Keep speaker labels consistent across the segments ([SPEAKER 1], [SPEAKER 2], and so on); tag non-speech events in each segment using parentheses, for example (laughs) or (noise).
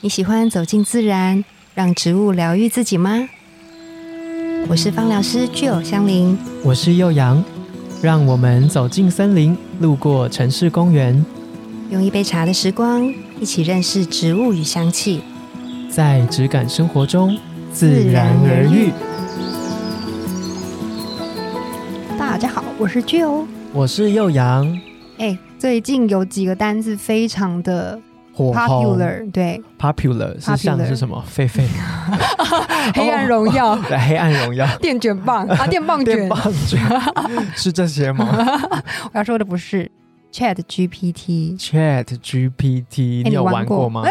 [SPEAKER 1] 你喜欢走进自然，让植物疗愈自己吗？我是芳疗师具有香林，
[SPEAKER 2] 我是幼阳，让我们走进森林，路过城市公园，
[SPEAKER 1] 用一杯茶的时光，一起认识植物与香气。
[SPEAKER 2] 在质感生活中自然而愈。
[SPEAKER 1] 大家好，我是具有。
[SPEAKER 2] 我是幼阳，
[SPEAKER 1] 哎、最近有几个单字非常的
[SPEAKER 2] 火红
[SPEAKER 1] popular，对，
[SPEAKER 2] popular 是像
[SPEAKER 1] Popular
[SPEAKER 2] 是什么？狒狒
[SPEAKER 1] (laughs)
[SPEAKER 2] (laughs)
[SPEAKER 1] 黑暗荣耀、
[SPEAKER 2] 对黑暗荣 (laughs) 耀
[SPEAKER 1] (laughs) 电卷棒
[SPEAKER 2] (laughs)
[SPEAKER 1] 啊，电棒
[SPEAKER 2] 哦电
[SPEAKER 1] 卷。
[SPEAKER 2] 棒卷是这些 (laughs) 吗
[SPEAKER 1] 我要说的不是 Chat GPT，
[SPEAKER 2] ？Chat GPT
[SPEAKER 1] 哎
[SPEAKER 2] 你
[SPEAKER 1] 你
[SPEAKER 2] 有
[SPEAKER 1] 玩
[SPEAKER 2] 玩过啊
[SPEAKER 1] 过
[SPEAKER 2] 吗？哎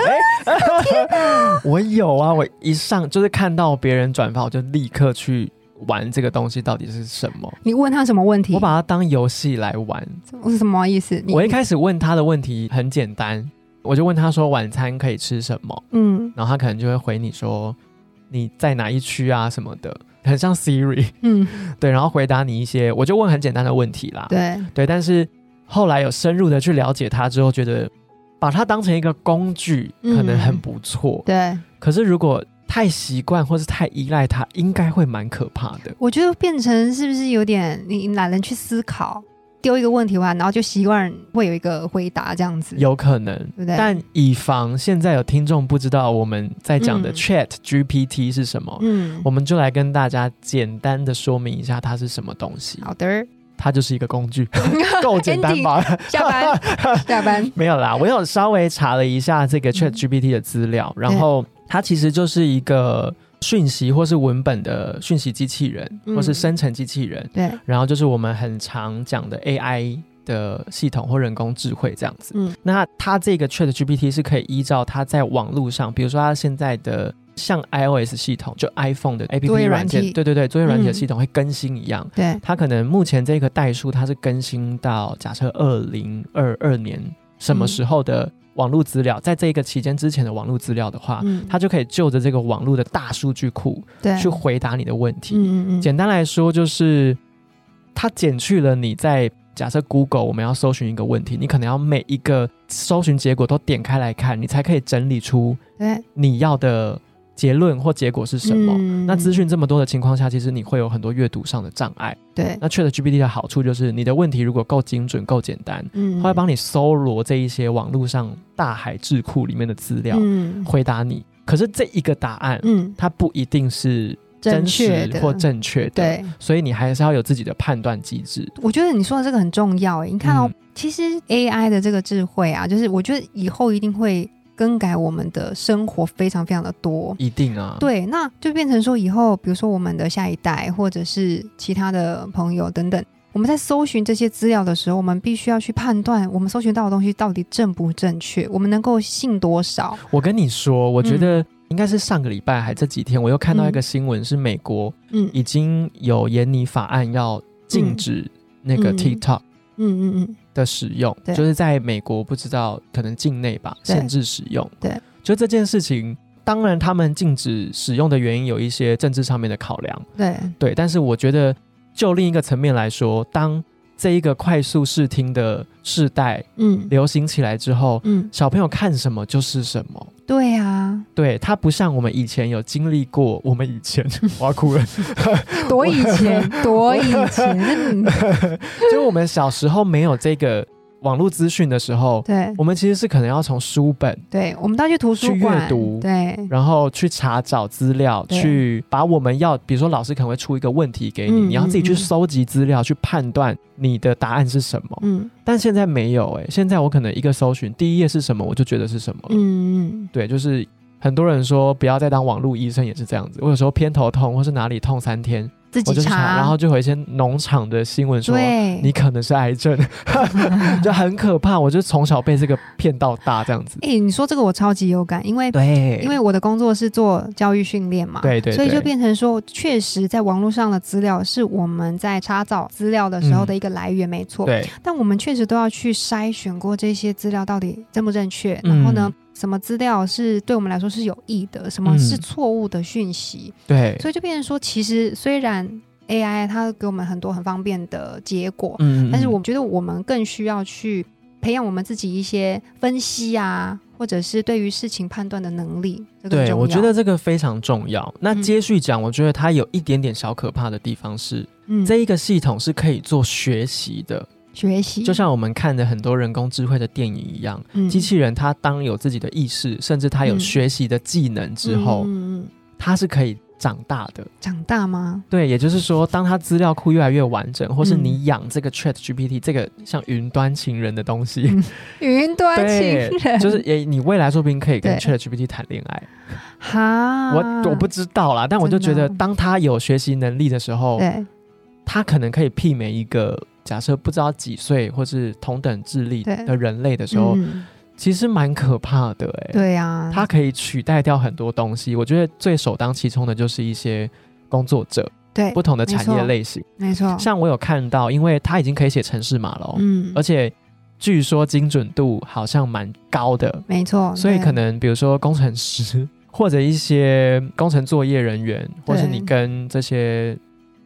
[SPEAKER 2] (laughs) 我有啊，我一上就是看到别人转发，我就立刻去玩这个东西到底是什么。
[SPEAKER 1] 你问他什么问题？
[SPEAKER 2] 我把它当游戏来玩，
[SPEAKER 1] 我是什么意思？你
[SPEAKER 2] 我一开始问他的问题很简单，我就问他说晚餐可以吃什么，
[SPEAKER 1] 嗯
[SPEAKER 2] 然后他可能就会回你说你在哪一区啊什么的，很像 Siri (laughs)
[SPEAKER 1] 嗯，
[SPEAKER 2] 对，然后回答你一些，我就问很简单的问题啦，
[SPEAKER 1] 对，
[SPEAKER 2] 对但是后来有深入的去了解它之后，觉得把它当成一个工具
[SPEAKER 1] 嗯
[SPEAKER 2] 可能很不错，
[SPEAKER 1] 对，
[SPEAKER 2] 可是如果太习惯或是太依赖它，应该会蛮可怕的。
[SPEAKER 1] 我觉得变成是不是有点你你懒人去思考，丢一个问题完，然后就习惯会有一个回答这样子，
[SPEAKER 2] 有可能，
[SPEAKER 1] 对不对？
[SPEAKER 2] 但以防现在有听众不知道我们在讲的
[SPEAKER 1] 嗯
[SPEAKER 2] Chat GPT 是什么，
[SPEAKER 1] 嗯
[SPEAKER 2] 我，们就来跟大家简单的说明一下它是什么东西。
[SPEAKER 1] 好的，
[SPEAKER 2] 它就是一个工具， (laughs) 够简单
[SPEAKER 1] (laughs)
[SPEAKER 2] 吧？
[SPEAKER 1] 下班下班，
[SPEAKER 2] (laughs) 没有啦，我有稍微查了一下
[SPEAKER 1] 嗯
[SPEAKER 2] 这个 Chat GPT 的资料，然后它其实就是一个讯息或是文本的讯息机器人，
[SPEAKER 1] 嗯
[SPEAKER 2] 或是生成机器人，
[SPEAKER 1] 对，
[SPEAKER 2] 然后就是我们很常讲的 AI。的系统或人工智慧这样子，
[SPEAKER 1] 嗯
[SPEAKER 2] 那它这个 Chat GPT 是可以依照它在网络上，比如说它现在的像 iOS 系统，就 iPhone 的 APP
[SPEAKER 1] 作业
[SPEAKER 2] 软
[SPEAKER 1] 软
[SPEAKER 2] 件，
[SPEAKER 1] 体
[SPEAKER 2] 对对对，作业软体的
[SPEAKER 1] 嗯
[SPEAKER 2] 系统会更新一样，
[SPEAKER 1] 对，
[SPEAKER 2] 它可能目前这个代数它是更新到假设二零二二年什么时候的网络资料，在这个期间之前的网络资料的话，
[SPEAKER 1] 嗯
[SPEAKER 2] 它就可以就着这个网络的大数据库
[SPEAKER 1] 对，
[SPEAKER 2] 去回答你的问题。
[SPEAKER 1] 嗯嗯嗯，
[SPEAKER 2] 简单来说，就是它减去了你在假设 Google 我们要搜寻一个问题，你可能要每一个搜寻结果都点开来看，你才可以整理出
[SPEAKER 1] 对，
[SPEAKER 2] 你要的结论或结果是什么。
[SPEAKER 1] 嗯
[SPEAKER 2] 那资讯这么多的情况下，其实你会有很多阅读上的障碍。
[SPEAKER 1] 对，
[SPEAKER 2] 那 Chat GPT 的好处就是，你的问题如果够精准、够简单，
[SPEAKER 1] 嗯
[SPEAKER 2] 它会帮你搜罗这一些网络上大海智库里面的资料，
[SPEAKER 1] 嗯
[SPEAKER 2] 回答你。可是这一个答案，
[SPEAKER 1] 嗯，
[SPEAKER 2] 它不一定是
[SPEAKER 1] 正
[SPEAKER 2] 真
[SPEAKER 1] 确
[SPEAKER 2] 实
[SPEAKER 1] 的
[SPEAKER 2] 或正确的，
[SPEAKER 1] 对，
[SPEAKER 2] 所以你还是要有自己的判断机制。
[SPEAKER 1] 我觉得你说的这个很重要诶。你看哦
[SPEAKER 2] 嗯，
[SPEAKER 1] 其实 AI 的这个智慧啊，就是我觉得以后一定会更改我们的生活非常非常的多。
[SPEAKER 2] 一定啊，，
[SPEAKER 1] 对，那就变成说以后，比如说我们的下一代，或者是其他的朋友等等，我们在搜寻这些资料的时候，我们必须要去判断我们搜寻到的东西到底正不正确，我们能够信多少。
[SPEAKER 2] 我跟你说，我觉得应该是上个礼拜还这几天，我又看到一个
[SPEAKER 1] 嗯
[SPEAKER 2] 新闻，是美国
[SPEAKER 1] 嗯
[SPEAKER 2] 已经有研拟法案要禁
[SPEAKER 1] 嗯
[SPEAKER 2] 止那个
[SPEAKER 1] 嗯
[SPEAKER 2] TikTok。
[SPEAKER 1] 嗯嗯嗯，
[SPEAKER 2] 的使用，
[SPEAKER 1] 对
[SPEAKER 2] 就是在美国不知道可能境内吧
[SPEAKER 1] 对
[SPEAKER 2] 限制使用。
[SPEAKER 1] 对，
[SPEAKER 2] 就这件事情，当然他们禁止使用的原因有一些政治上面的考量，
[SPEAKER 1] 对，
[SPEAKER 2] 对。但是我觉得，就另一个层面来说，当这一个快速视听的世代
[SPEAKER 1] 嗯
[SPEAKER 2] 流行起来之后，
[SPEAKER 1] 嗯，
[SPEAKER 2] 小朋友看什么就是什么。
[SPEAKER 1] 对
[SPEAKER 2] (laughs)
[SPEAKER 1] 啊，
[SPEAKER 2] 对他不像我们以前有经历过，我们以
[SPEAKER 1] (laughs)
[SPEAKER 2] 前我要哭了，
[SPEAKER 1] 多以前，多以
[SPEAKER 2] (laughs)
[SPEAKER 1] 前，那你
[SPEAKER 2] 就我们小时候没有这个网络资讯的时候，
[SPEAKER 1] 对嗯
[SPEAKER 2] 我们其实是可能要从书本
[SPEAKER 1] 对，我们都要去图书
[SPEAKER 2] 去阅
[SPEAKER 1] 馆
[SPEAKER 2] 读
[SPEAKER 1] 对，嗯
[SPEAKER 2] 然后去查找资料，
[SPEAKER 1] 对
[SPEAKER 2] 去把我们要，比如说老师可能会出一个问题给你，
[SPEAKER 1] 嗯
[SPEAKER 2] 你要自己去
[SPEAKER 1] 嗯嗯
[SPEAKER 2] 搜集资料，去判断你的答案是什么。
[SPEAKER 1] 嗯
[SPEAKER 2] 但现在没有诶、现在我可能一个搜寻，第一页是什么，我就觉得是什么了。
[SPEAKER 1] 嗯嗯，
[SPEAKER 2] 对，就是很多人说不要再当网络医生，也是这样子。我有时候偏头痛或是哪里痛三天，
[SPEAKER 1] 自
[SPEAKER 2] 我
[SPEAKER 1] 己
[SPEAKER 2] 就去查，
[SPEAKER 1] 查，
[SPEAKER 2] 然后就有一些农场的新闻说。
[SPEAKER 1] 对，
[SPEAKER 2] 你可能是癌症， (laughs) 就很可怕。我就从小被这个骗到大，这样子。
[SPEAKER 1] (laughs) 哎、你说这个我超级有感，因为
[SPEAKER 2] 对
[SPEAKER 1] 因为我的工作是做教育训练嘛，
[SPEAKER 2] 对对
[SPEAKER 1] 所以就
[SPEAKER 2] 对
[SPEAKER 1] 变成说，确实在网络上的资料是我们在查找资料的时候
[SPEAKER 2] 嗯
[SPEAKER 1] 的一个来源，没错。
[SPEAKER 2] 对，
[SPEAKER 1] 但我们确实都要去筛选过这些资料到底正不正确，然后呢，什么资料是对我们来说是有益的，什么
[SPEAKER 2] 嗯
[SPEAKER 1] 是错误的讯息，
[SPEAKER 2] 对，
[SPEAKER 1] 所以就变成说，其实虽然 AI 它给我们很多很方便的结果，
[SPEAKER 2] 嗯
[SPEAKER 1] 但是我觉得我们更需要去培养我们自己一些分析啊，或者是对于事情判断的能力，这个很
[SPEAKER 2] 对，
[SPEAKER 1] 重
[SPEAKER 2] 我觉
[SPEAKER 1] 要
[SPEAKER 2] 得这个非常重要。那
[SPEAKER 1] 嗯
[SPEAKER 2] 接续讲，我觉得它有一点点小可怕的地方是，
[SPEAKER 1] 嗯，
[SPEAKER 2] 这一个系统是可以做学习的，
[SPEAKER 1] 学习
[SPEAKER 2] 就像我们看的很多人工智慧的电影一样，
[SPEAKER 1] 嗯
[SPEAKER 2] 机器人它当有自己的意识，甚至它有
[SPEAKER 1] 嗯
[SPEAKER 2] 学习的技能之后，
[SPEAKER 1] 嗯嗯嗯
[SPEAKER 2] 它是可以长大的。
[SPEAKER 1] 长大吗？
[SPEAKER 2] 对，也就是说，当它资料库越来越完整，或是
[SPEAKER 1] 嗯
[SPEAKER 2] 你养这个 Chat GPT 这个像云端情人的东西，
[SPEAKER 1] 嗯云端情
[SPEAKER 2] 对
[SPEAKER 1] 人
[SPEAKER 2] (laughs) 就是也你未来说不定可以跟
[SPEAKER 1] 对
[SPEAKER 2] Chat GPT 谈恋爱。
[SPEAKER 1] 哈，
[SPEAKER 2] 我我不知道啦，但我就觉
[SPEAKER 1] 真的
[SPEAKER 2] 得
[SPEAKER 1] 哦
[SPEAKER 2] 当他有学习能力的时候，
[SPEAKER 1] 对嗯
[SPEAKER 2] 他可能可以媲美一个假设不知道几岁或是同等智力
[SPEAKER 1] 对
[SPEAKER 2] 的人类的时候，
[SPEAKER 1] 嗯
[SPEAKER 2] 其实蛮可怕的哎、
[SPEAKER 1] 对啊，
[SPEAKER 2] 它可以取代掉很多东西。我觉得最首当其冲的就是一些工作者，
[SPEAKER 1] 对
[SPEAKER 2] 不同的产
[SPEAKER 1] 没
[SPEAKER 2] 业
[SPEAKER 1] 错
[SPEAKER 2] 类型。
[SPEAKER 1] 没错，
[SPEAKER 2] 像我有看到，因为它已经可以写城市码了哦、
[SPEAKER 1] 哦嗯
[SPEAKER 2] 而，且据说精准度好像蛮高的，
[SPEAKER 1] 没错，
[SPEAKER 2] 所以
[SPEAKER 1] 哦对
[SPEAKER 2] 可能比如说工程师或者一些工程作业人员，或是你跟这些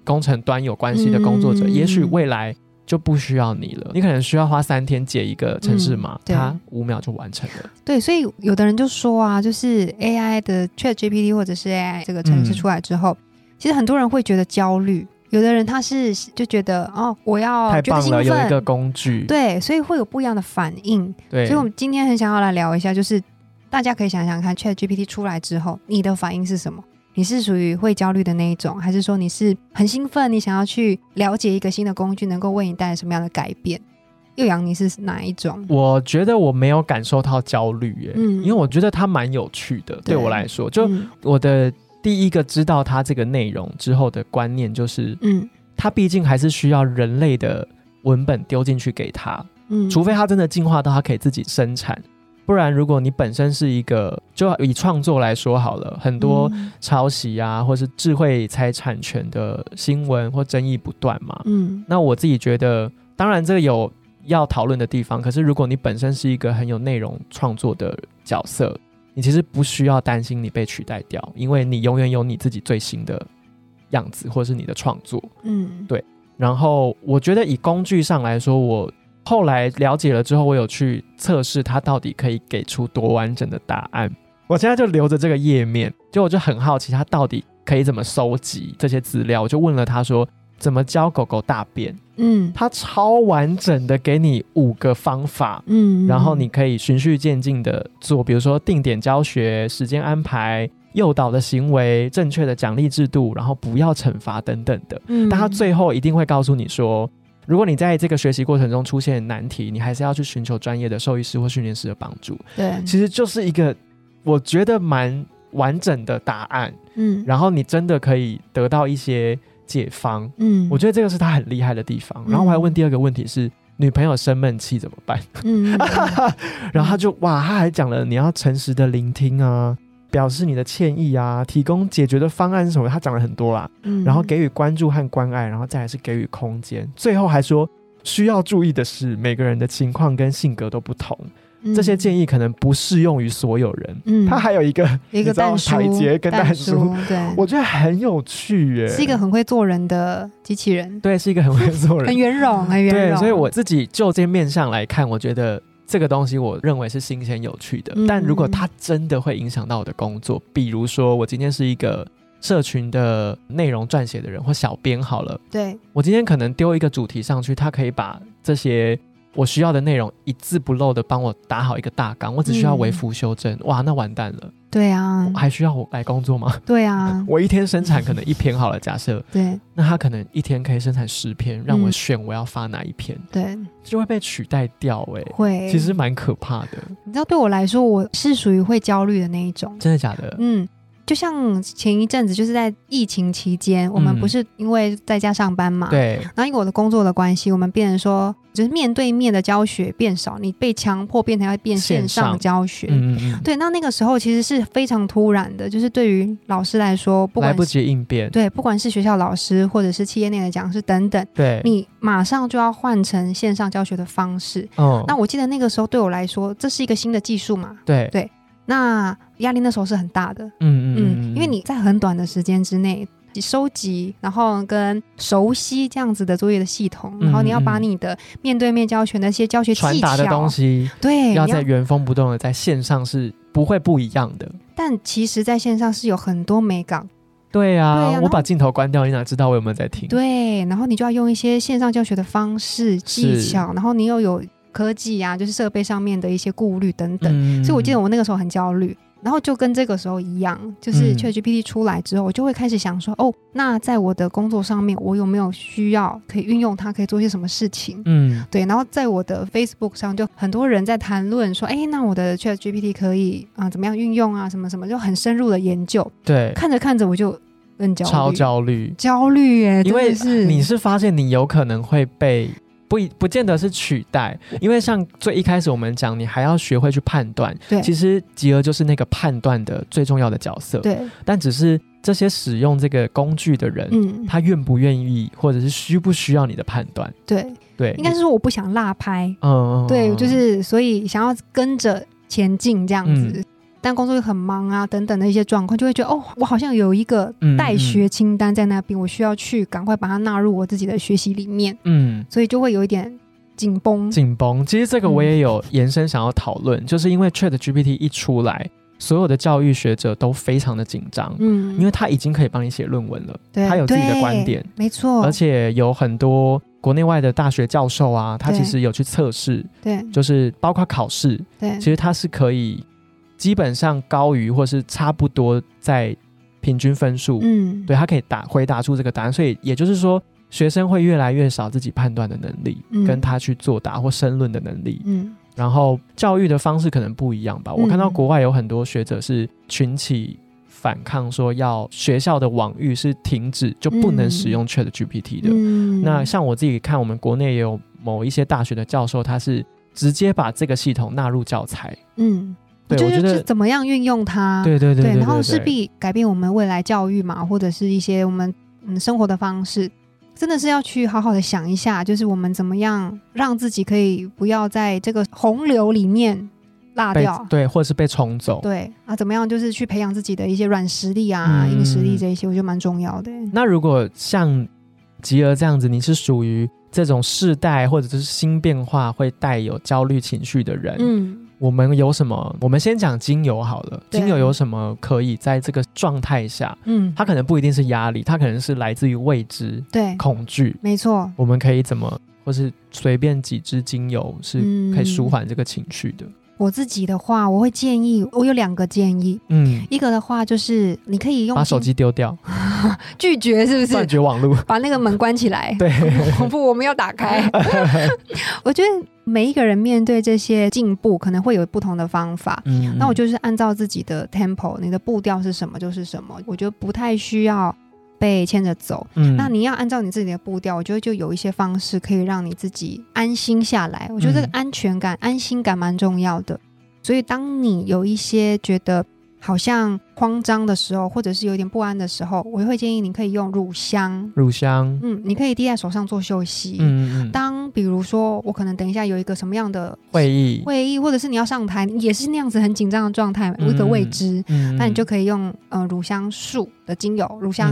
[SPEAKER 2] 工程端有关系的工作者，
[SPEAKER 1] 嗯
[SPEAKER 2] 也许未来就不需要你了。你可能需要花三天解一个城市码
[SPEAKER 1] 嗯，对
[SPEAKER 2] 它五秒就完成了。
[SPEAKER 1] 对，所以有的人就说啊，就是 AI 的 ChatGPT 或者是 AI 这个程式
[SPEAKER 2] 嗯
[SPEAKER 1] 出来之后，其实很多人会觉得焦虑，有的人他是就觉得哦，我要
[SPEAKER 2] 太
[SPEAKER 1] 觉得
[SPEAKER 2] 棒
[SPEAKER 1] 兴
[SPEAKER 2] 了，有一个
[SPEAKER 1] 奋，
[SPEAKER 2] 工具。
[SPEAKER 1] 对，所以会有不一样的反应。
[SPEAKER 2] 对
[SPEAKER 1] 所以我们今天很想要来聊一下，就是大家可以想想看，ChatGPT 出来之后，你的反应是什么？你是属于会焦虑的那一种，还是说你是很兴奋，你想要去了解一个新的工具能够为你带来什么样的改变？岳阳，你是哪一种？
[SPEAKER 2] 我觉得我没有感受到焦虑耶，
[SPEAKER 1] 嗯
[SPEAKER 2] 因为我觉得它蛮有趣的，对
[SPEAKER 1] 对
[SPEAKER 2] 我来说，就
[SPEAKER 1] 嗯
[SPEAKER 2] 我的第一个知道它这个内容之后的观念就是，
[SPEAKER 1] 嗯
[SPEAKER 2] 它毕竟还是需要人类的文本丢进去给它，
[SPEAKER 1] 嗯，
[SPEAKER 2] 除非它真的进化到它可以自己生产，不然如果你本身是一个，就以创作来说好了，很多
[SPEAKER 1] 嗯
[SPEAKER 2] 抄袭啊，或是智慧财产权的新闻或争议不断嘛。
[SPEAKER 1] 嗯
[SPEAKER 2] 那我自己觉得，当然这个有要讨论的地方，可是如果你本身是一个很有内容创作的角色，你其实不需要担心你被取代掉，因为你永远有你自己最新的样子，或是你的创作。
[SPEAKER 1] 嗯
[SPEAKER 2] 对然后我觉得以工具上来说，我后来了解了之后，我有去测试它到底可以给出多完整的答案。我现在就留着这个页面，就我就很好奇它到底可以怎么收集这些资料，我就问了他说怎么教狗狗大便，
[SPEAKER 1] 嗯
[SPEAKER 2] 它超完整的给你五个方法。
[SPEAKER 1] 嗯，
[SPEAKER 2] 然后你可以循序渐进的做，比如说定点教学、时间安排、诱导的行为、正确的奖励制度，然后不要惩罚等等的。
[SPEAKER 1] 嗯，
[SPEAKER 2] 但他最后一定会告诉你说，如果你在这个学习过程中出现难题，你还是要去寻求专业的兽医师或训练师的帮助。
[SPEAKER 1] 对，
[SPEAKER 2] 其实就是一个我觉得蛮完整的答案，
[SPEAKER 1] 嗯
[SPEAKER 2] 然后你真的可以得到一些解方。
[SPEAKER 1] 嗯，
[SPEAKER 2] 我觉得这个是他很厉害的地方。
[SPEAKER 1] 嗯
[SPEAKER 2] 然后我还问第二个问题是。女朋友生闷气怎么办？
[SPEAKER 1] 得
[SPEAKER 2] (laughs)
[SPEAKER 1] 嗯，嗯
[SPEAKER 2] 然后他就哇，他还讲了你要诚实的聆听啊，表示你的歉意啊，提供解决的方案是什么？他讲了很多啦。
[SPEAKER 1] 嗯
[SPEAKER 2] (laughs) 然后给予关注和关爱，然后再来是给予空间，最后还说需要注意的是，每个人的情况跟性格都不同，这些建
[SPEAKER 1] 议，
[SPEAKER 2] 议可能不适用于所有人。
[SPEAKER 1] 嗯，
[SPEAKER 2] 他还有一个
[SPEAKER 1] 一
[SPEAKER 2] 你
[SPEAKER 1] 个
[SPEAKER 2] 知道
[SPEAKER 1] 蛋
[SPEAKER 2] 台
[SPEAKER 1] 叔
[SPEAKER 2] 阶跟蛋
[SPEAKER 1] 蛋
[SPEAKER 2] 叔，，
[SPEAKER 1] 对，
[SPEAKER 2] 我觉得很有趣耶，
[SPEAKER 1] 是一个很会做人的机器人，
[SPEAKER 2] 对，是一个很会做
[SPEAKER 1] 很
[SPEAKER 2] 人，
[SPEAKER 1] 圆融，很圆
[SPEAKER 2] 对，
[SPEAKER 1] 融，
[SPEAKER 2] 所以我自己就这面相来看，我觉得。这个东西我认为是新鲜有趣的，
[SPEAKER 1] 嗯
[SPEAKER 2] 但如果它真的会影响到我的工作，比如说我今天是一个社群的内容撰写的人或小编好了，
[SPEAKER 1] 对，
[SPEAKER 2] 我今天可能丢一个主题上去，它可以把这些我需要的内容一字不漏的帮我打好一个大纲，我只需要
[SPEAKER 1] 嗯
[SPEAKER 2] 微幅修正。哇，那完蛋了，
[SPEAKER 1] 对啊，
[SPEAKER 2] 还需要我来工作吗？ (laughs)
[SPEAKER 1] 对啊，
[SPEAKER 2] 我一天生产可能一篇好了，假设
[SPEAKER 1] 对
[SPEAKER 2] 那它可能一天可以生产十篇，让我
[SPEAKER 1] 嗯
[SPEAKER 2] 选我要发哪一篇，
[SPEAKER 1] 对，
[SPEAKER 2] 就会被取代掉、哎，
[SPEAKER 1] 会，
[SPEAKER 2] 其实蛮可怕的，
[SPEAKER 1] 你知道，对我来说，我是属于会焦虑的那一种，
[SPEAKER 2] 真的假的？
[SPEAKER 1] 嗯，就像前一阵子，就是在疫情期间，我们
[SPEAKER 2] 嗯
[SPEAKER 1] 不是因为在家上班嘛，
[SPEAKER 2] 对，
[SPEAKER 1] 然后因为我的工作的关系，我们变成说，就是面对面的教学变少，你被强迫变成要变线
[SPEAKER 2] 线
[SPEAKER 1] 上
[SPEAKER 2] 上
[SPEAKER 1] 教学。
[SPEAKER 2] 嗯嗯嗯，
[SPEAKER 1] 对，那那个时候其实是非常突然的，就是对于老师来说，不
[SPEAKER 2] 来
[SPEAKER 1] 管
[SPEAKER 2] 不
[SPEAKER 1] 是
[SPEAKER 2] 及应变，
[SPEAKER 1] 对，不管是学校老师或者是企业内的讲师等等，
[SPEAKER 2] 对，
[SPEAKER 1] 你马上就要换成线上教学的方式。
[SPEAKER 2] 哦，
[SPEAKER 1] 那我记得那个时候对我来说，这是一个新的技术嘛，
[SPEAKER 2] 对，
[SPEAKER 1] 对那压力那时候是很大的，
[SPEAKER 2] 嗯嗯
[SPEAKER 1] 嗯，因为你在很短的时间之内，收集，然后跟熟悉这样子的作业的系统，然后你要把你的面对面教学那些教学
[SPEAKER 2] 嗯传
[SPEAKER 1] 技
[SPEAKER 2] 达的东
[SPEAKER 1] 巧，
[SPEAKER 2] 西
[SPEAKER 1] 对，
[SPEAKER 2] 要
[SPEAKER 1] 你
[SPEAKER 2] 在原封不动的在线上是不会不一样的。
[SPEAKER 1] 但其实在线上是有很多美感，
[SPEAKER 2] 对
[SPEAKER 1] 对
[SPEAKER 2] 啊，
[SPEAKER 1] 啊然后
[SPEAKER 2] 我把镜头关掉，你哪知道我有没有在听？
[SPEAKER 1] 对，然后你就要用一些线上教学的方式技
[SPEAKER 2] 是
[SPEAKER 1] 巧，然后你又有科技啊，就是设备上面的一些顾虑等等。
[SPEAKER 2] 嗯
[SPEAKER 1] 所以我记得我那个时候很焦虑，然后就跟这个时候一样，就是
[SPEAKER 2] 嗯
[SPEAKER 1] ChatGPT 出来之后，我就会开始想说，哦，那在我的工作上面，我有没有需要可以运用它，可以做些什么事情？
[SPEAKER 2] 嗯，
[SPEAKER 1] 对，然后在我的 Facebook 上，就很多人在谈论说，哎，那我的 ChatGPT 可以啊、怎么样运用啊，什么什么，就很深入的研究。
[SPEAKER 2] 对，
[SPEAKER 1] 看着看着我就更焦虑，嗯
[SPEAKER 2] 超焦虑，
[SPEAKER 1] 焦虑耶、
[SPEAKER 2] 因为
[SPEAKER 1] 真的是
[SPEAKER 2] 你是发现你有可能会被。不一，不见得是取代，因为像最一开始我们讲，你还要学会去判断。
[SPEAKER 1] 对
[SPEAKER 2] 其实吉儿就是那个判断的最重要的角色。
[SPEAKER 1] 对，
[SPEAKER 2] 但只是这些使用这个工具的人，
[SPEAKER 1] 嗯，
[SPEAKER 2] 他愿不愿意，或者是需不需要你的判断？
[SPEAKER 1] 对，
[SPEAKER 2] 对，
[SPEAKER 1] 应该是说我不想落拍，
[SPEAKER 2] 嗯，嗯，
[SPEAKER 1] 对，
[SPEAKER 2] 嗯
[SPEAKER 1] 就是所以想要跟着前进这样子。
[SPEAKER 2] 嗯
[SPEAKER 1] 但工作又很忙啊，等等的一些状况，就会觉得哦，我好像有一个
[SPEAKER 2] 嗯
[SPEAKER 1] 待学清单在那边，我需要去赶快把它纳入我自己的学习里面，
[SPEAKER 2] 嗯。
[SPEAKER 1] 所以就会有一点紧绷。
[SPEAKER 2] 紧绷，其实这个我也有延伸想要讨论，就是因为 Chat GPT 一出来，所有的教育学者都非常的紧张，
[SPEAKER 1] 嗯
[SPEAKER 2] 因为他已经可以帮你写论文了，
[SPEAKER 1] 对
[SPEAKER 2] 他有自己的观
[SPEAKER 1] 对
[SPEAKER 2] 点
[SPEAKER 1] 没错，
[SPEAKER 2] 而且有很多国内外的大学教授啊，他
[SPEAKER 1] 对
[SPEAKER 2] 其实有去测试，
[SPEAKER 1] 对
[SPEAKER 2] 就是包括考试，
[SPEAKER 1] 对
[SPEAKER 2] 其实它是可以基本上高于或是差不多在平均分数，
[SPEAKER 1] 嗯，
[SPEAKER 2] 对，它可以答回答出这个答案，所以也就是说，学生会越来越少自己判断的能力，
[SPEAKER 1] 嗯
[SPEAKER 2] 跟他去作答或申论的能力，
[SPEAKER 1] 嗯
[SPEAKER 2] 然后教育的方式可能不一样吧。我看到
[SPEAKER 1] 嗯
[SPEAKER 2] 国外有很多学者是群起。反抗说要学校的网域是停止就不能使用 Chat GPT 的，
[SPEAKER 1] 嗯，
[SPEAKER 2] 那像我自己看，我们国内也有某一些大学的教授，他是直接把这个系统纳入教材。
[SPEAKER 1] 嗯，
[SPEAKER 2] 对，
[SPEAKER 1] 就
[SPEAKER 2] 我觉
[SPEAKER 1] 是
[SPEAKER 2] 得
[SPEAKER 1] 就，怎么样运用它，
[SPEAKER 2] 对对对对，
[SPEAKER 1] 啊然后势
[SPEAKER 2] 对
[SPEAKER 1] 必改变我们未来教育嘛，或者是一些我们嗯生活的方式，真的是要去好好的想一下，就是我们怎么样让自己可以不要在这个洪流里面落
[SPEAKER 2] 被
[SPEAKER 1] 掉。
[SPEAKER 2] 对，或者是被冲走。
[SPEAKER 1] 对啊，怎么样就是去培养自己的一些软实力啊、
[SPEAKER 2] 嗯
[SPEAKER 1] 硬实力这一些，我觉得蛮重要的。
[SPEAKER 2] 那如果像吉儿这样子，你是属于这种世代或者是新变化会带有焦虑情绪的人，
[SPEAKER 1] 嗯，
[SPEAKER 2] 我们有什么？我们先讲精油好了，
[SPEAKER 1] 对
[SPEAKER 2] 精油有什么可以在这个状态下？
[SPEAKER 1] 嗯，
[SPEAKER 2] 它可能不一定是压力，它可能是来自于未知、
[SPEAKER 1] 对，
[SPEAKER 2] 恐惧，
[SPEAKER 1] 没错，
[SPEAKER 2] 我们可以怎么，或是随便几支精油是
[SPEAKER 1] 嗯
[SPEAKER 2] 可以舒缓这个情绪的。
[SPEAKER 1] 我自己的话，我会建议，我有两个建议。
[SPEAKER 2] 嗯，
[SPEAKER 1] 一个的话就是，你可以用
[SPEAKER 2] 把手机丢
[SPEAKER 1] (laughs)
[SPEAKER 2] 掉，
[SPEAKER 1] 拒绝，是不是
[SPEAKER 2] 断？绝网络。 (laughs)
[SPEAKER 1] 把那个门关起来。 (laughs)
[SPEAKER 2] 对，
[SPEAKER 1] 恐怖，我们要打开。 (laughs) 我觉得每一个人面对这些进步，可能会有不同的方法。
[SPEAKER 2] 嗯
[SPEAKER 1] 那我就是按照自己的 tempo，你的步调是什么就是什么。我觉得不太需要被牵着走。
[SPEAKER 2] 嗯
[SPEAKER 1] 那你要按照你自己的步调，我觉得就有一些方式可以让你自己安心下来。我觉得这个
[SPEAKER 2] 嗯
[SPEAKER 1] 安全感、安心感蛮重要的。所以，当你有一些觉得好像慌张的时候，或者是有点不安的时候，我会建议你可以用乳香，
[SPEAKER 2] 乳香，
[SPEAKER 1] 嗯，你可以滴在手上做休息。
[SPEAKER 2] 嗯嗯嗯，
[SPEAKER 1] 当比如说，我可能等一下有一个什么样的
[SPEAKER 2] 会议，
[SPEAKER 1] 会议，或者是你要上台，也是那样子很紧张的状态，有一个未知，
[SPEAKER 2] 嗯
[SPEAKER 1] 那你就可以用呃乳香树的精油、乳香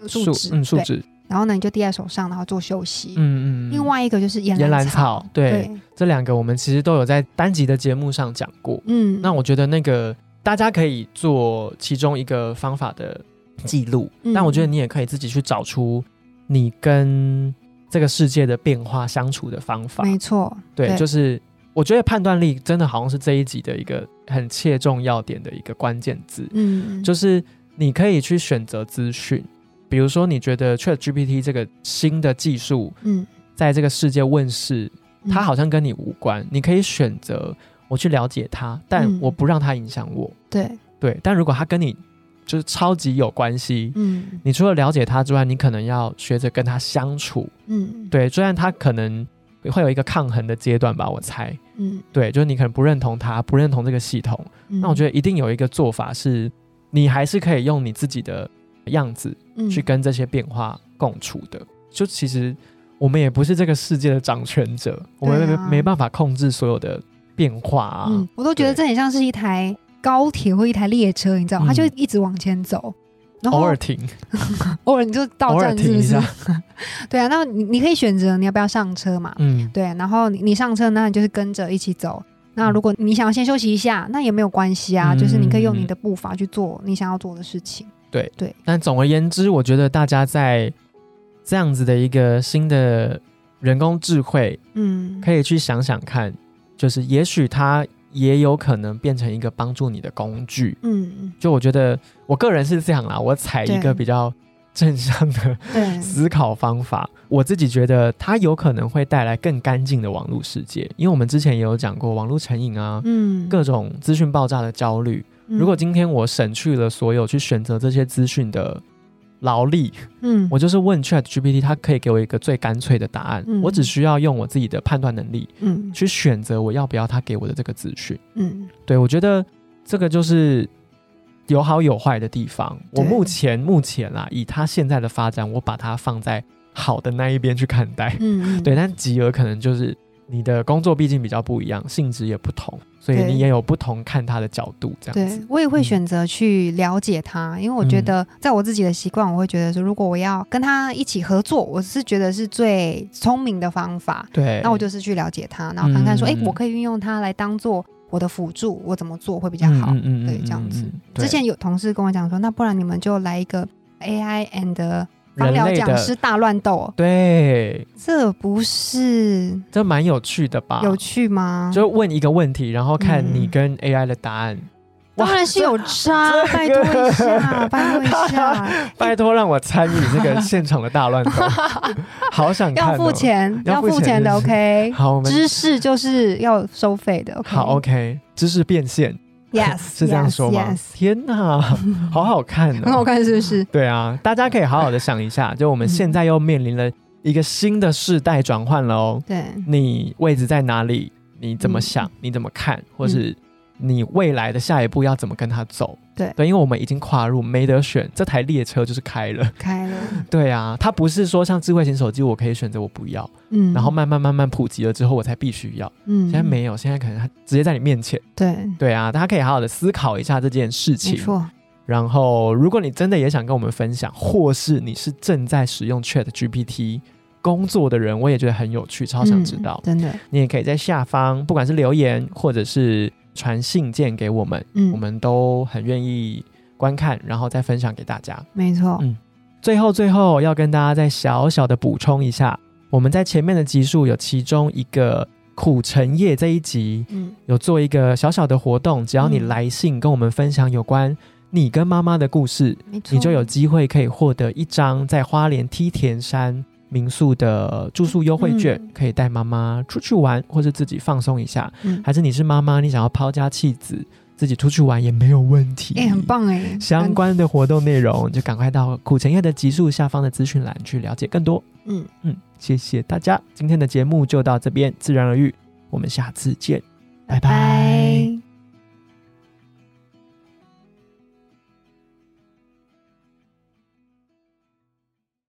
[SPEAKER 1] 呃树
[SPEAKER 2] 树
[SPEAKER 1] 脂，
[SPEAKER 2] 嗯树
[SPEAKER 1] 对，
[SPEAKER 2] 脂，
[SPEAKER 1] 然后呢你就滴在手上，然后做休息。
[SPEAKER 2] 嗯嗯嗯，
[SPEAKER 1] 另外一个就是岩
[SPEAKER 2] 岩兰
[SPEAKER 1] 草，
[SPEAKER 2] 草，对，这两个我们其实都有在单集的节目上讲过。
[SPEAKER 1] 嗯，
[SPEAKER 2] 那我觉得那个大家可以做其中一个方法的记录，
[SPEAKER 1] 嗯
[SPEAKER 2] 但我觉得你也可以自己去找出你跟这个世界的变化相处的方法。
[SPEAKER 1] 没错，
[SPEAKER 2] 对，
[SPEAKER 1] 对
[SPEAKER 2] 就是我觉得判断力真的好像是这一集的一个很切中要点的一个关键字，
[SPEAKER 1] 嗯，
[SPEAKER 2] 就是你可以去选择资讯，比如说你觉得 Chat GPT 这个新的技术
[SPEAKER 1] 嗯，
[SPEAKER 2] 在这个世界问世，
[SPEAKER 1] 嗯
[SPEAKER 2] 它好像跟你无关，你可以选择我去了解它，但
[SPEAKER 1] 嗯
[SPEAKER 2] 我不让它影响我。
[SPEAKER 1] 对，
[SPEAKER 2] 对，但如果它跟你就是超级有关系，
[SPEAKER 1] 嗯
[SPEAKER 2] 你除了了解它之外，你可能要学着跟它相处。
[SPEAKER 1] 嗯，，
[SPEAKER 2] 对，虽然它可能会有一个抗衡的阶段吧，我猜。
[SPEAKER 1] 嗯，
[SPEAKER 2] 对，就是你可能不认同它，不认同这个系统，那我觉
[SPEAKER 1] 得
[SPEAKER 2] 得一定有一个做法是，你还是可以用你自己的样子
[SPEAKER 1] 嗯
[SPEAKER 2] 去跟这些变化共处的。就其实我们也不是这个世界的掌权者，我们没、
[SPEAKER 1] 对啊
[SPEAKER 2] 没办法控制所有的变化啊。
[SPEAKER 1] 嗯，我都觉得
[SPEAKER 2] 对
[SPEAKER 1] 这很像是一台高铁或一台列车，你知道吗，它就
[SPEAKER 2] 嗯
[SPEAKER 1] 一直往前走。然后
[SPEAKER 2] 偶尔停，
[SPEAKER 1] 偶尔你就到
[SPEAKER 2] 偶尔
[SPEAKER 1] 站是
[SPEAKER 2] 停
[SPEAKER 1] 不
[SPEAKER 2] 一
[SPEAKER 1] 是
[SPEAKER 2] 下？，
[SPEAKER 1] (laughs) 对啊，那你你可以选择你要不要上车嘛？
[SPEAKER 2] 嗯，
[SPEAKER 1] 对，然后你你上车，那你就是跟着一起走。那
[SPEAKER 2] 嗯
[SPEAKER 1] 如果你想要先休息一下，那也没有关系啊，就是你可以用
[SPEAKER 2] 嗯
[SPEAKER 1] 你的步伐去做你想要做的事情。
[SPEAKER 2] 但总而言之，我觉得大家在这样子的一个新的人工智慧，
[SPEAKER 1] 嗯，
[SPEAKER 2] 可以去想想看，就是也许它也有可能变成一个帮助你的工具。
[SPEAKER 1] 嗯，
[SPEAKER 2] 就我觉得，我个人是这样啦，我采一
[SPEAKER 1] 对
[SPEAKER 2] 个比较正向的
[SPEAKER 1] 对，
[SPEAKER 2] 思考方法。我自己觉得它有可能会带来更干净的网络世界，因为我们之前也有讲过网络成瘾啊，
[SPEAKER 1] 嗯，
[SPEAKER 2] 各种资讯爆炸的焦虑。
[SPEAKER 1] 嗯
[SPEAKER 2] 如果今天我省去了所有去选择这些资讯的劳力，
[SPEAKER 1] 嗯，
[SPEAKER 2] 我就是问 Chat GPT，它可以给我一个最干脆的答案，
[SPEAKER 1] 嗯
[SPEAKER 2] 我只需要用我自己的判断能力
[SPEAKER 1] 嗯
[SPEAKER 2] 去选择我要不要它给我的这个资讯。
[SPEAKER 1] 嗯
[SPEAKER 2] 对我觉得这个就是有好有坏的地方。我
[SPEAKER 1] 对
[SPEAKER 2] 目前目前啦，以它现在的发展，我把它放在好的那一边去看待。
[SPEAKER 1] 嗯，
[SPEAKER 2] (laughs) 对，但吉尔可能就是你的工作毕竟比较不一样，性质也不同，所以
[SPEAKER 1] 对
[SPEAKER 2] 你也有不同看它的角度这样
[SPEAKER 1] 对
[SPEAKER 2] 子。
[SPEAKER 1] 我也会
[SPEAKER 2] 嗯
[SPEAKER 1] 选择去了解他，因为我觉得在我自己的习惯，我会觉得说，如果我要跟他一起合作，我是觉得是最聪明的方法。
[SPEAKER 2] 对，
[SPEAKER 1] 那我就是去了解他，然后看看说，哎、
[SPEAKER 2] 嗯
[SPEAKER 1] 我可以运用它来当做我的辅助，我怎么做会比较好？
[SPEAKER 2] 嗯
[SPEAKER 1] 对这样子。
[SPEAKER 2] 对
[SPEAKER 1] 之前有同事跟我讲说，那不然你们就来一个 AI and 芳
[SPEAKER 2] 人
[SPEAKER 1] 疗
[SPEAKER 2] 类
[SPEAKER 1] 讲
[SPEAKER 2] 的
[SPEAKER 1] 师大乱斗，
[SPEAKER 2] 对，
[SPEAKER 1] 这不是
[SPEAKER 2] 这蛮有趣的吧？
[SPEAKER 1] 有趣吗？
[SPEAKER 2] 啊就问一个问题，然后看
[SPEAKER 1] 嗯
[SPEAKER 2] 你跟 AI 的答案。哇
[SPEAKER 1] 当然是有差，
[SPEAKER 2] (laughs) 这
[SPEAKER 1] 拜托一下，拜托一下，
[SPEAKER 2] 拜托让我参与这个现场的大乱斗，
[SPEAKER 1] (laughs)
[SPEAKER 2] 好想看、哦。
[SPEAKER 1] 要付。钱，
[SPEAKER 2] 要
[SPEAKER 1] 要
[SPEAKER 2] 付
[SPEAKER 1] 付
[SPEAKER 2] 钱
[SPEAKER 1] 钱的
[SPEAKER 2] 就是
[SPEAKER 1] OK。
[SPEAKER 2] 好，我们
[SPEAKER 1] 知识就是要收费的，OK。
[SPEAKER 2] 好 OK，知识变现
[SPEAKER 1] ，Yes，
[SPEAKER 2] (laughs) 是这样说吗
[SPEAKER 1] yes，yes (laughs)
[SPEAKER 2] 天哪，好好看、哦，
[SPEAKER 1] 很好。看，是不是？
[SPEAKER 2] 对啊，大家可以好好的想一
[SPEAKER 1] (laughs)
[SPEAKER 2] 下，就我们现在又面临了一个新的世代转换了哦。
[SPEAKER 1] 对，
[SPEAKER 2] 你位置在哪里？你怎么
[SPEAKER 1] 嗯
[SPEAKER 2] 想？你怎么看？或是你未来的下一步要怎么跟他走？
[SPEAKER 1] 对
[SPEAKER 2] 对，因为我们已经跨入，没得选，这台列车就是开了。
[SPEAKER 1] 开了，
[SPEAKER 2] 对啊，它不是说像智慧型手机，我可以选择我不要，
[SPEAKER 1] 嗯，
[SPEAKER 2] 然后慢慢慢慢普及了之后，我才必须要。
[SPEAKER 1] 嗯，
[SPEAKER 2] 现在没有，现在可能它直接在你面前。
[SPEAKER 1] 对，
[SPEAKER 2] 对啊，大家可以好好的思考一下这件事
[SPEAKER 1] 没
[SPEAKER 2] 情。
[SPEAKER 1] 错，
[SPEAKER 2] 然后，如果你真的也想跟我们分享，或是你是正在使用 Chat GPT 工作的人，我也觉得很有趣，超想知道。
[SPEAKER 1] 嗯真的，
[SPEAKER 2] 你也可以在下方，不管是留言或者是传信件给我们，
[SPEAKER 1] 嗯，
[SPEAKER 2] 我们都很愿意观看，然后再分享给大家。
[SPEAKER 1] 没错
[SPEAKER 2] 嗯，最后，最后要跟大家再小小的补充一下，我们在前面的集数有其中一个苦橙叶这一集
[SPEAKER 1] 嗯，
[SPEAKER 2] 有做一个小小的活动，只要你
[SPEAKER 1] 嗯
[SPEAKER 2] 来信跟我们分享有关你跟妈妈的故事，
[SPEAKER 1] 没嗯错，
[SPEAKER 2] 你就有机会可以获得一张在花莲梯田山民宿的住宿优惠券，
[SPEAKER 1] 嗯
[SPEAKER 2] 可以带妈妈出去玩，或是自己放松一下。
[SPEAKER 1] 嗯，
[SPEAKER 2] 还是你是妈妈，你想要抛家弃子，自己出去玩也没有问题。
[SPEAKER 1] 哎，很。棒哎，
[SPEAKER 2] 相关的活动内容就赶快到苦橙叶的集数下方的资讯栏去了解更多。
[SPEAKER 1] 嗯，
[SPEAKER 2] 嗯，谢谢大家，今天的节目就到这边，自然而愈，我们下次见，拜拜